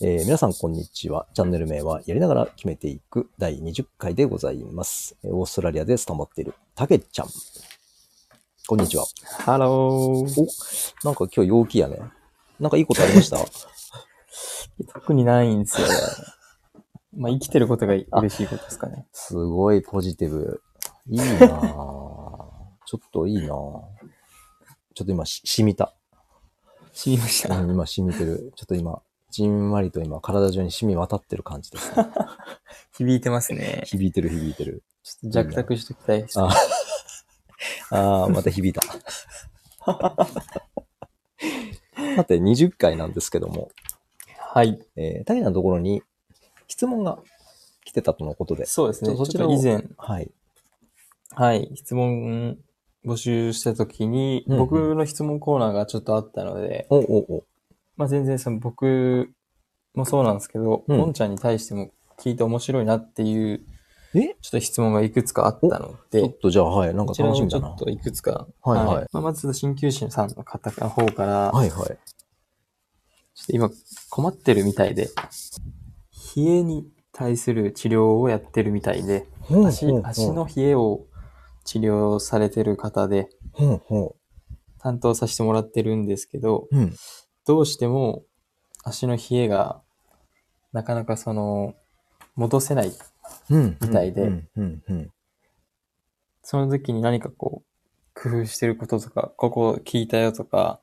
えー皆さん、こんにちは。チャンネル名は、やりながら決めていく第20回でございます。えーオーストラリアでスタバっている、たけちゃん。こんにちは。ハロー。お、なんか今日陽気やね。なんかいいことありました 特にないん ですよね。まあ、生きてることが嬉しいことですかね。すごいポジティブ。いいなぁちょっといいなぁちょっと今し、染みた。知りましうた。ん今染みてる。ちょっと今、じんわりと今、体中に染み渡ってる感じ です、ね。響いてますね。響いてる、響いてる。ちょっと弱託しときたいです。ああーまた響いた。さて、20回なんですけども、はい。えー、タケのところに質問が来てたとのことで、そうですちょね。そちちらょをっと以前、はい。はい、質問募集したときに、うんうん僕の質問コーナーがちょっとあったので、おおお。まあ、全然その僕もそうなんですけど、うんポンちゃんに対しても聞いて面白いなっていう、えちょっと質問がいくつかあったのちょでっ、とじゃあ、はい、なんこかちらを楽ちしょみだなっ。といくつか、はいはいまあ、まずちょっと鍼灸師さんの方の方から、はいはい。ちょっと今困ってるみたいで、冷えに対する治療をやってるみたいで、ほう足ほうほう足の冷えを治療されてる方で、ほうほ担当させてもらってるんですけど、う。うん。どうしても足の冷えが、なかなかその、戻せない。うん。みたいでうん。うん。うん。その時に何かこう、工夫してることとか、ここ聞いたよとか、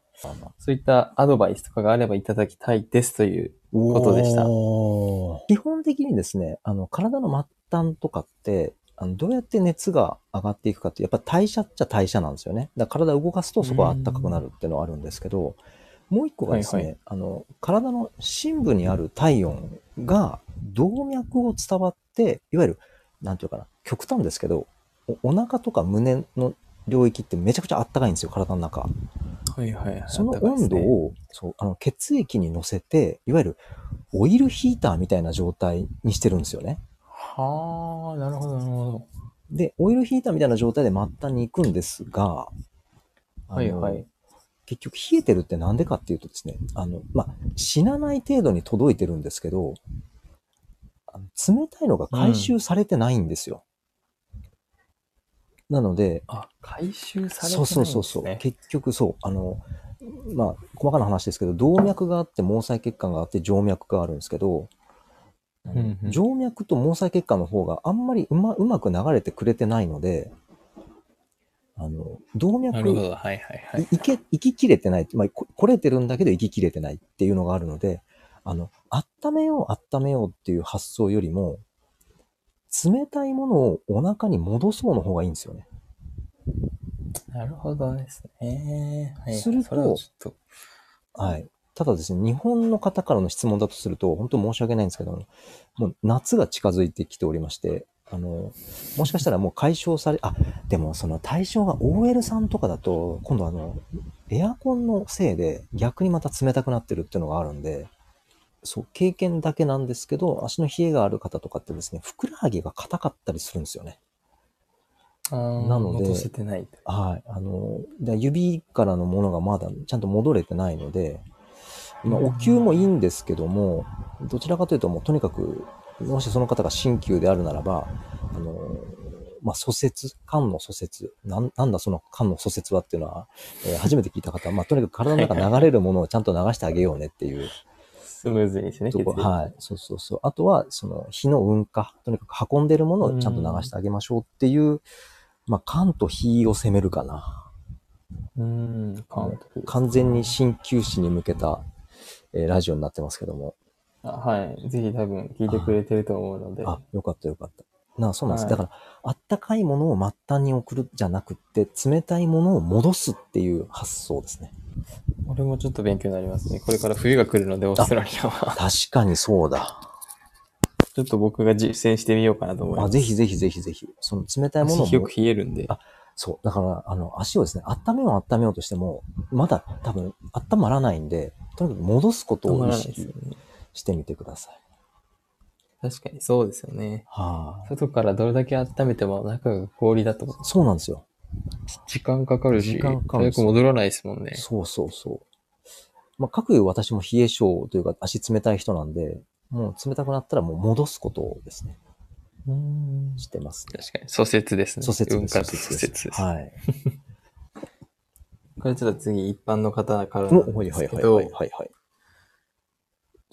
そういったアドバイスとかがあればいただきたいですという。ことでしたおー基本的にですね、あの、体の末端とかって、あのどうやって熱が上がっていくかって、やっぱ代謝っちゃ代謝なんですよね。だから体を動かすとそこは暖かくなるっていうのはあるんですけど、もう一個がですね、はいはあの、体の深部にある体温が動脈を伝わって、いわゆる、なんていうかな、極端ですけど、おお腹とか胸の領域ってめちゃくちゃ暖かいんですよ、体の中。はいはいその温度を、そうあの血液に乗せて、いわゆるオイルヒーターみたいな状態にしてるんですよね。はあ、なるほど、なるほど。で、オイルヒーターみたいな状態で末端に行くんですが、あのはいはい。結局冷えてるってなんでかっていうとですね、あの、まあ、死なない程度に届いてるんですけど、あの冷たいのが回収されてないんですよ。なので、あ、回収さそれてなういんです、ね、そうそうそう。結局そう。あの、まあ、細かな話ですけど、動脈があって、毛細血管があって、静脈があるんですけど、うんうん静脈と毛細血管の方があんまりうまうまく流れてくれてないので、あの、動な脈、るほど、はいはいはいい。いけ、行ききれてない。まあ、こ来れてるんだけど行ききれてないっていうのがあるので、あの、温めよう、温めようっていう発想よりも、冷たいものをお腹に戻そうの方がいいんですよね。なるほどですね。はいはい、するとそれはちょっはい。ただですね、日本の方からの質問だとすると、本当申し訳ないんですけども、もう夏が近づいてきておりまして、あの、もしかしたらもう解消され、あ、でもその対象が OL さんとかだと、今度あの、エアコンのせいで逆にまた冷たくなってるっていうのがあるんで、そう、経験だけなんですけど、足の冷えがある方とかってですね、ふくらはぎが硬かったりするんですよね。と、うんなので戻せてないと。はい。あの、で指からのものがまだちゃんと戻れてないので、まあ、うんお灸もいいんですけども、どちらかというと、もうとにかく、もしその方が鍼灸であるならば、あの、まあ、疎節、肝の疎節、なんなんだその肝の疎節はっていうのは、えー初めて聞いた方は、まあ、とにかく体の中流れるものをちゃんと流してあげようねっていうスムーズにですね、とこ血液はい。そうそうそう。あとは、その、火の運化。とにかく運んでるものをちゃんと流してあげましょうっていう、まあ、肝と火を攻めるかな。うん、パンとくる完全に鍼灸師に向けた、えーラジオになってますけども。あはい。ぜひ多分聞いてくれてると思うので。あ、よかったよかった。なあ、そうなんです。はいだから、あったかいものを末端に送るじゃなくって、冷たいものを戻すっていう発想ですね。俺もちょっと勉強になりますね。これから冬が来るので、オーストラリアは。確かにそうだ。ちょっと僕が実践してみようかなと思いまあす。ぜひぜひぜひぜひ。その冷たいものを足よく冷えるんで。あそう。だから、あの、足をですね、温めよう温めようとしても、まだ多分、温まらないんで、とにかく戻すこと止まを意らないですよ識ね。してみてください。確かにそうですよね。はあ、外からどれだけ温めても中が氷だとそうなんですよ。時間かかるし、時間かかる早く戻らないですもんね。そうそうそう。まあ、かく私も冷え性というか足冷たい人なんで、もう冷たくなったらもう戻すことをですね、うんしてます、ね。確かに、蘇説ですね。蘇説文です。化と蘇蘇説説でですす。はい。これちょっと次、一般の方からおなはいんではいすはいけど、はちいょはいはい。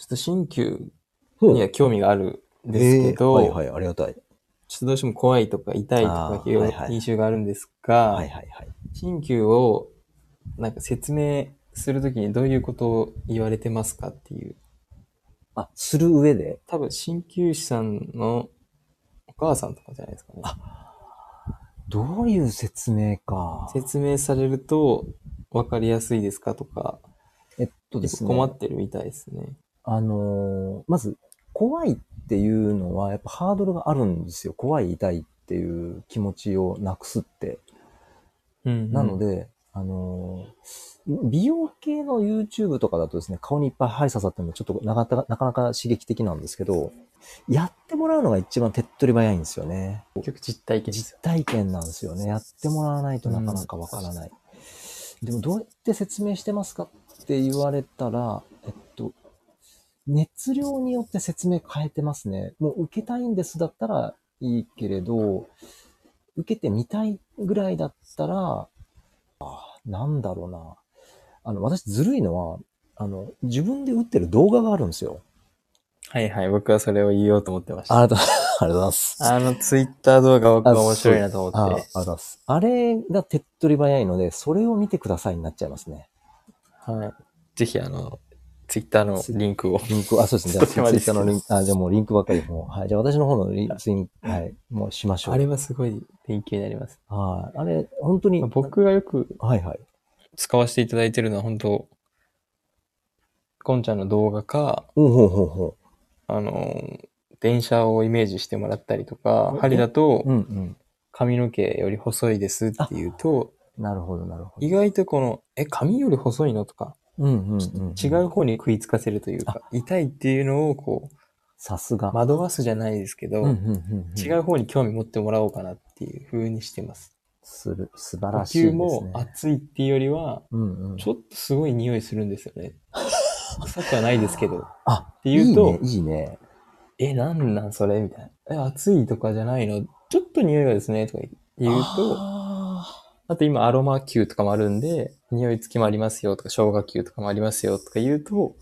っと新旧ほうには興味があるんですけど、えーはいはい、ありがたい。ちょっとどうしても怖いとか痛いとかいあーうはいはい印象があるんですが、はいはいはい。新旧をなんか説明するときにどういうことを言われてますかっていう。あ、する上で、多分、鍼灸師さんのお母さんとかじゃないですかね。どういう説明か。説明されると分かりやすいですかとか、えっとです結ね。構困ってるみたいですね。あのーまず、怖いっていうのは、やっぱハードルがあるんですよ。怖い、痛いっていう気持ちをなくすって。うんなの、で、あのー美容系の YouTube とかだとですね、顔にいっぱい針刺さってるのちょっとなかなかなかなか刺激的なんですけど、やってもらうのが一番手っ取り早いんですよね。結局実体験です実体験なんですよね。やってもらわないとなかなかわからない。でも、どうやって説明してますかって言われたら、えっと、熱量によって説明変えてますね。もう受けたいんですだったらいいけれど、受けてみたいぐらいだったら、あなんだろうな。あの、私ずるいのは、あの、自分で打ってる動画があるんですよ。はいはい、僕はそれを言おうと思ってました。ありがとうありがとうございます。あの、ツイッター動画僕は面白いなとああ思っありて。がとうございます。あれが手っ取り早いので、それを見てくださいになっちゃいますね。はい。ぜひ、あの、ツイッターのリンクを。リンク、あ、そうですね。じゃあ、 ちツイょっと手間ですッターのリンク、あ、じゃあもうリンクばっかり、もう、はい。じゃあ私の方のリンツイン、はい、もうしましょう。あれはすごい勉強になります。はい。あれ、本当に、まあ僕がよくはいはい。使わせていただいてるのは、本当ゴンちゃんの動画か、ほうほうほうほあの、電車をイメージしてもらったりとかうん、針だとう。う、ん髪の毛より細いですっていうと、うん。なるほど、なるほど。意外とこの、え、髪より細いのとか、うんうんうん。違う。方に食いつかせるというか、痛いっていうのをこさすう、が。惑わすじゃないですけうど、んうんうんん。違う。方に興味持ってもらおうかなっていう風にしてます。する、素晴呼らしいで吸すもね。熱いっていうよりは、うんうん。ちょっとすごい匂いするんですよ ね。臭くはないですけど。あ、て言ういいとね、いいね。え、なんなんそれみたいな。え、熱いとかじゃないのちょっと匂いがですね。とか言うと、ああと今アロマ球とかもあるんで、匂い付きもありますよとか、生姜球とかもありますよとか言うと、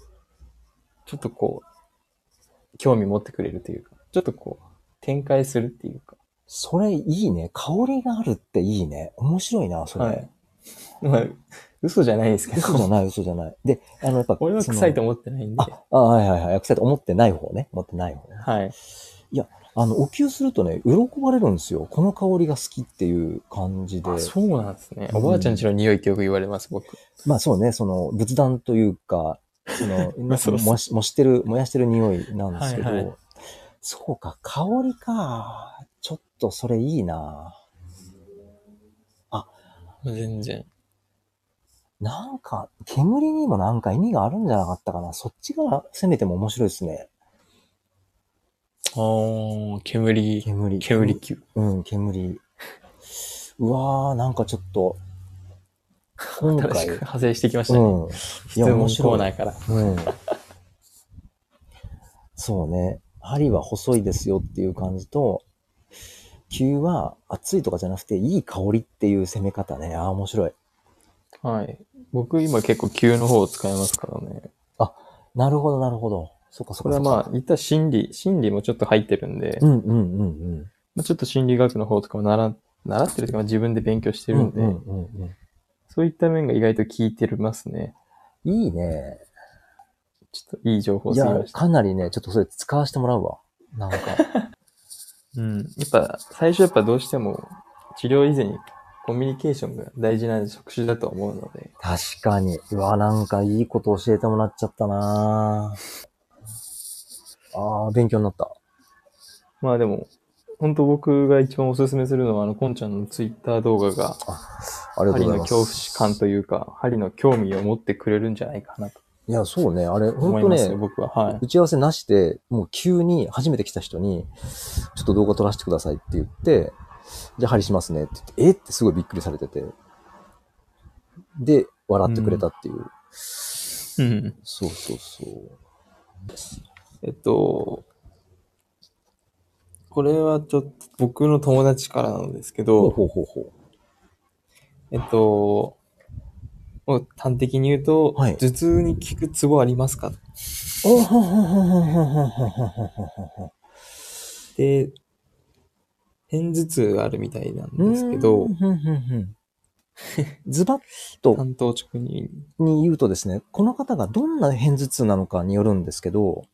ちょっとこう、興味持ってくれるというか、ちょっとこう、展開するっていうか。ーそれいいね。香りがあるっていいね。面白いな、それ。はい。まあ、嘘じゃないですけど。嘘じゃない、嘘じゃない。で、あの、やっぱ、俺は臭いと思思ってないんで。あ、あ、はいはいはい。臭いと思ってない方ね。思ってない方ね。はい。あの、お給するとね、喜ばれるんですよ。この香りが好きっていう感じで。あ、そうなんですね。うんおばあちゃんちの匂いってよく言われます、僕。まあそうね、その、仏壇というか、その、 まあそうそう燃し燃してる、燃やしてる匂いなんですけど、はいはいそうか、香りか。ちょっとそれいいな。全然。なんか、煙にもなんか意味があるんじゃなかったかな。そっちから攻めても面白いですね。あー、煙、煙。煙球。うん、煙。うわー、なんかちょっと、今新回、しく派生してきましたうね。ん、質問コーナーから。うん。そうね、針は細いですよっていう感じと、急は熱いとかじゃなくて、いい香りっていう攻め方ね。ああ、面白い。はい。僕今結構球の方を使いますからね。なるほど、なるほど。そっかそっこかれそはっか。まあ、いった心理、心理もちょっと入ってるんで、うんうんうんうん。まあ、ちょっと心理学の方とかも習習ってるというか、まあ自分で勉強してるんで、うんうんうんうんそういった面が意外と効いてますね。いいね。ちょっといい情報いすぎやま、した。かなりね、ちょっとそれ使わせてもらうわ。なんか。うん。やっぱ、最初やっぱどうしても、治療以前にコミュニケーションが大事な職種だと思うので、確かに。うわ、なんかいいこと教えてもらっちゃったなぁああ、勉強になった。まあでも、本当僕が一番おすすめするのは、あの、こんちゃんのツイッター動画が、ありがとう針ございのます。恐怖感というか、針の興味を持ってくれるんじゃないかなといや、そうね。あれ、ほ思んいとますねね、、僕は。はい。打ち合わせなしで、もう急に初めて来た人に、ちょっと動画撮らせてくださいって言って、じゃあ針しますねって言って、えってすごいびっくりされてて。で、笑ってくれたっていう。うん。そうそうそう。えっと、これはちょっと僕の友達からなんですけほうど、ほうほうほえっと、もう端的に言うと、はい頭痛に効くツボありますかう。おほほほほほほほほほほほで、片頭痛があるみたいなんほ。ですけどうん、うんうん うんズバッと担当直入に。に言うとですね、この方がどんな片頭痛なのかによるんですけど、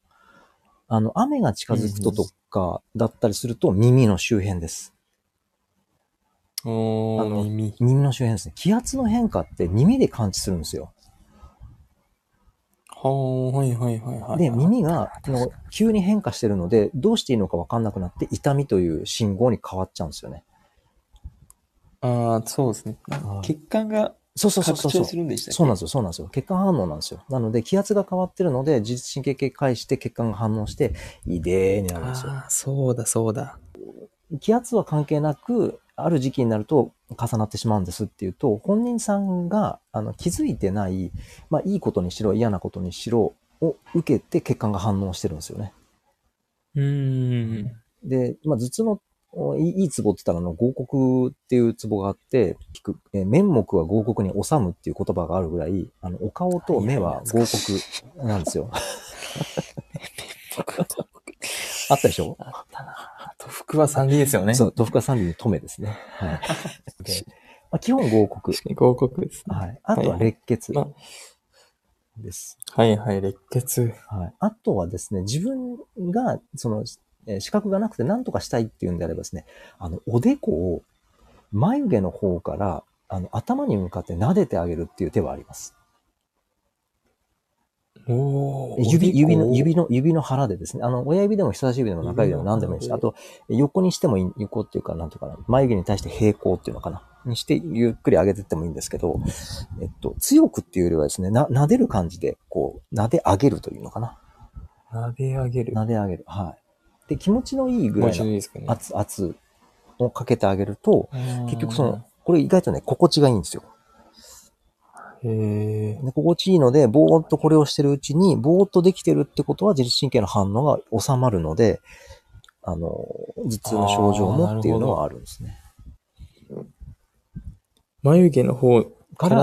あの、雨が近づくととかだったりすると耳の周辺です。おあのー、耳。耳の周辺ですね。気圧の変化って耳で感知するんですよ。はー、はいはいはいはい。で、耳があの急に変化してるので、どうしていいのかわかんなくなって痛みという信号に変わっちゃうんですよね。ああ、そうですねは。い血管がそうそうそう拡そう張するんでしたっけそうなんですよ、そうなんですよ。血管反応なんですよ。なので、気圧が変わってるので、自律神経系介して血管が反応して、いでーになるんですよ。ああ、そうだそうだ。気圧は関係なく、ある時期になると重なってしまうんですっていうと、本人さんがあの気づいてない、まあ、いいことにしろ、嫌なことにしろを受けて血管が反応してるんですよね。うー ん。で、まあ、頭痛のおいいいいツボって言ったら、あの、合谷っていうツボがあって、聞く、えー面目は合谷に収むっていう言葉があるぐらい、あの、お顔と目は合谷なんですよ。僕あったでしょあったな。と服は3 d ですよね。。そうう、豆腐家三里の止めですね。 はい。でまあ、基本合谷。合谷ですね。はい。あとは熱血まです。はいはい、熱血。はい。あとはですね、自分が、その、えー資格がなくて何とかしたいっていうんであればですね、あの、おでこを眉毛の方から、あの、頭に向かって撫でてあげるっていう手はあります。おー指、指の、指の。の、指の腹でですね。あの、親指でも人差し指でも中指でも何でもいいです。あ指と、横にしてもいい、横っていうか、なんとかな、眉毛に対して平行っていうのかな。にして、ゆっくり上げてってもいいんですけど、えっと、強くっていうよりはですね、な、撫でる感じで、こう、撫で上げるというのかな。撫で上げる。撫で上げる。はい。で、気持ちのいいぐもうらい一度いのいですかね。圧、圧をかけてあげると、結局そのあ、これ意外とね、心地がいいんですよ。ー。へえ。で心地いいので、ぼーっとこれをしてるうちに、ぼーっとできてるってことは自律神経の反応が収まるので、あの、頭痛の症状あもーっていうのはあるんですね。眉毛の方かからら、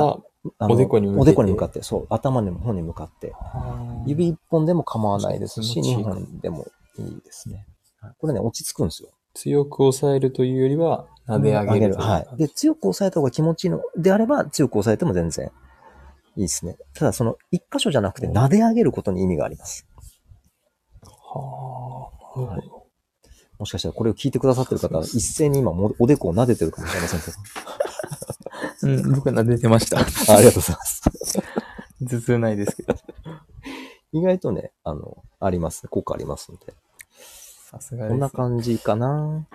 あのおでこに向けておでこに向かって、そう、頭の方に向かって。指指。一本でも構わないですし、気持ちいい二本でもいいですね。これね、落ち着くんですよ。強く押さえるというよりは、撫で上げる。はい。で、強く押さえた方が気持ちいいのであれば、強く押さえても全然いいですね。ただ、その、一箇所じゃなくて、撫で上げることに意味があります。はあ。なるほどもしかしたらこれを聞いてくださってる方は、一斉に今も、おでこを撫でてるかもしれません けど。うん、僕は撫でてました。あありがとうございます。 頭痛ないですけど。意外とね、あの、ありますね。効果ありますので。さすがです。こんな感じかな。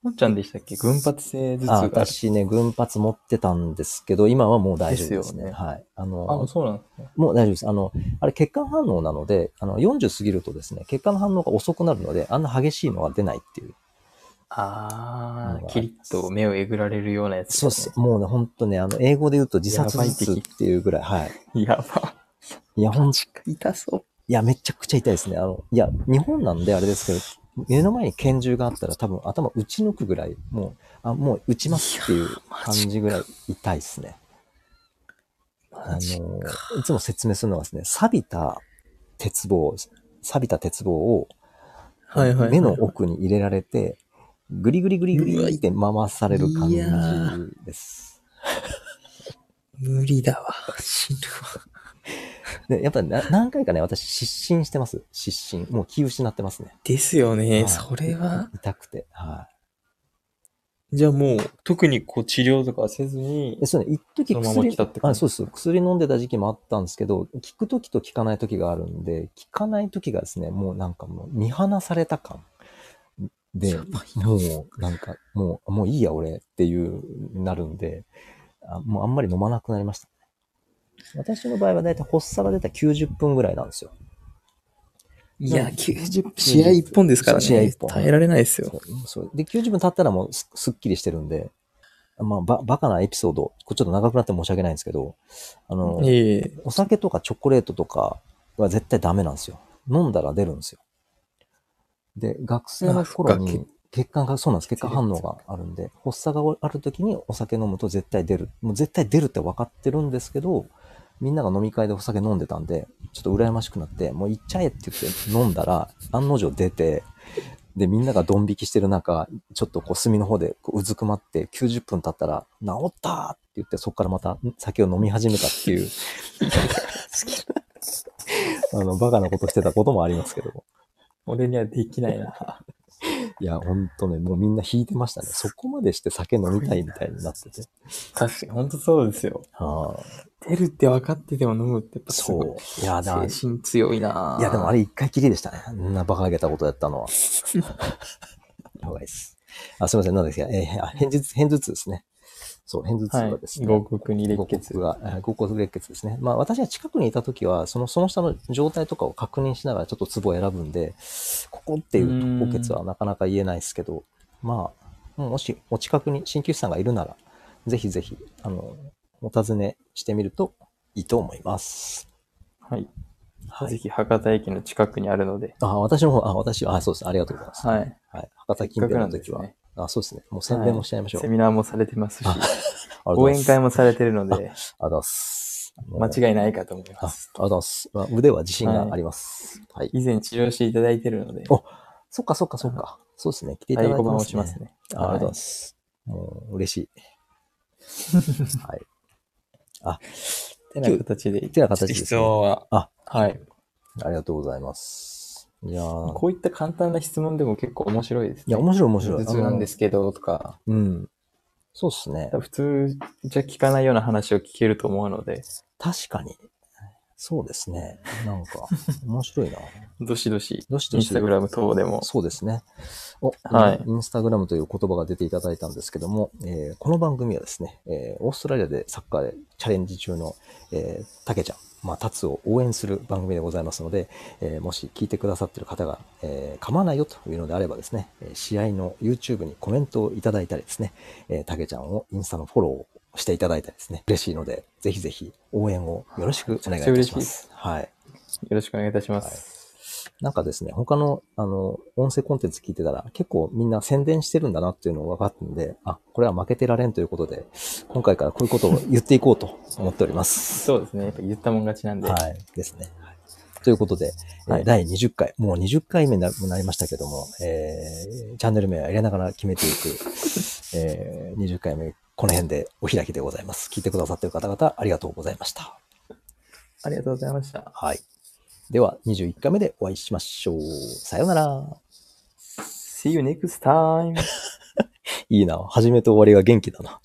もっちゃんでしたっけ群発性頭痛があ、ある。私ね、群発持ってたんですけど、今はもう大丈夫ですね。ですよねはい。ああ、の、そうなんですね。もう大丈夫です。あの、あれ血管反応なので、あの、40過ぎるとですね、血管の反応が遅くなるので、あんな激しいのは出ないっていう。ああ、キリッと目をえぐられるようなやつ、そうっす。。もうね、ほんとね、あの、英語で言うと自殺頭痛っていうぐらい、はい。やば。いや、ほん、い痛そう。や、めちゃくちゃ痛いですね。あの、いや、日本なんであれですけど、目の前に拳銃があったら多分頭打ち抜くぐらい、もう、あ、もう打ちますっていう感じぐらい痛いですね。あマの、ジいつも説明するのはですね、錆びた鉄棒、錆びた鉄棒をはいはい。目の。奥に入れられて、ぐりぐりぐりぐりって回される感じいやーです。無理だわ。死ぬで、やっぱりな何回かね、私失神してます。失神。もう気失ってますね。 ですよね。はいそれは。痛くて。はじゃあもう、特にこう治療とかはせずにい。で、、そうね、一時そのまま薬来、たってあ感じ。そうです。薬飲んでた時期もあったんですけど、効く時と効かない時があるんで、効かない時がですね、もうなんかもう見放された感。でや、ばいなもうなんか、もう、もういいや俺っていう、なるんであ、もうあんまり飲まなくなりました。私の場合はだいたい発作が出た90分ぐらいなんですよ。いなや、ん90、試合一本ですからね。試合一本耐えられないですよ。そうそうで90分経ったらもうすすっきりしてるんで、まあ、ば、バカなエピソード、これちょっと長くなって申し訳ないんですけど、あの、いえいえ。お酒とかチョコレートとかは絶対ダメなんですよ。飲んだら出るんですよ。で、学生の頃あそっにか血管が、そうなんです。血管反応があるんで、発作がある時にお酒飲むと絶対出る。もう絶対出るって分かってるんですけど、みんなが飲み会でお酒飲んでたんで、ちょっと羨ましくなって、もう行っちゃえって言って飲んだら、案の定出て、で、みんながドン引きしてる中、ちょっとこう隅の方でこううずくまって、90分経ったら、治ったーって言って、そこからまた酒を飲み始めたって いう、あの、バカなことしてたこともありますけど。俺にはできないな。いや、ほんとね、もうみんな引いてましたね。そこまでして酒飲みたいみたいになってて。 確かに、本当そうですよ。はあ、出るって分かってても飲むってやっぱすごい。そう。いや、だからい精神強いなぁや、でもあれ一回きりでしたね。あんなバカげたことやったの は。やばいです。あ、すいません、なんですか。えー、あ偏頭痛、偏頭痛ですね。そう、偏頭痛はいがです。ね。合国に列血五。穀が、えー五穀列血ですね。まあ私は近くにいたときは、その、その下の状態とかを確認しながらちょっとツボを選ぶんで、ここっていう特攻血はなかなか言えないですけど、まあ、もしお近くに鍼灸師さんがいるなら、ぜひぜひ、あの、お尋ねしてみるといいと思います。はい。はぜい。ひ博多駅の近くにあるので。あ、私の方、あ、私、あ、そうです。ありがとうございます。はい。はい。博多せ近っか辺くなのんです時は、ね。あ、そうですね。もう宣伝もしちゃいましょう。セミナーもされてますし、ありがとうご講ざいま演す会もされてるので、ありがとうございます。間い違いないかと思いあ、ありがます。とうございます。まあ腕は自信があります。はい以前治療していただいてるので、おそっかそっかそっか。そうですね。来ていただい太て鼓ま判をす、しね。あますね。りがとうございます。もう嬉し い。はい。あ、てな形で、てな形ですね質問は、あはい。ありがとうございます。いやーこういった簡単な質問でも結構面白いですね。いや、面白い面白い。頭痛なんですけど、とか、あのうん。そうっすね。普通じゃ聞かないような話を聞けると思うので、確かに。そうですね。なん か、面白いな。どしどし、どしインどスし。タグラム等でも、そうですね。お、はいインスタグラムという言葉が出ていただいたんですけども、えーこの番組はですね、えーオーストラリアでサッカーでチャレンジ中の、えー、たけちゃん、まあ、タツを応援する番組でございますので、えーもし聞いてくださっている方が、えー構わないよというのであればですね、えー試合の YouTube にコメントをいただいたりですね、えーたけちゃんをインスタのフォローをしていただいたりですね、嬉しいので、ぜひぜひ応援をよろしくお願いいたしめちゃくちゃ嬉しいま。ですはい。よろしくお願いいたします。なんかですね、他の、あの、音声コンテンツ聞いてたら、結構みんな宣伝してるんだなっていうのが分かったんで、あ、これは負けてられんということで、今回からこういうことを言っていこうと思っております。そうですね。やっぱ言ったもん勝ちなんで。はい。ですね。はいということで、えーはい第20回、もう20回目にななりましたけども、えーチャンネル名は入れながら決めていく、 えー20回目、この辺でお開きでございます。聞いてくださっている方々、ありがとうございました。ありがとうございました。はい。では、21回目でお会いしましょう。さようなら。 See you next time! いいな。始めと終わりが元気だな。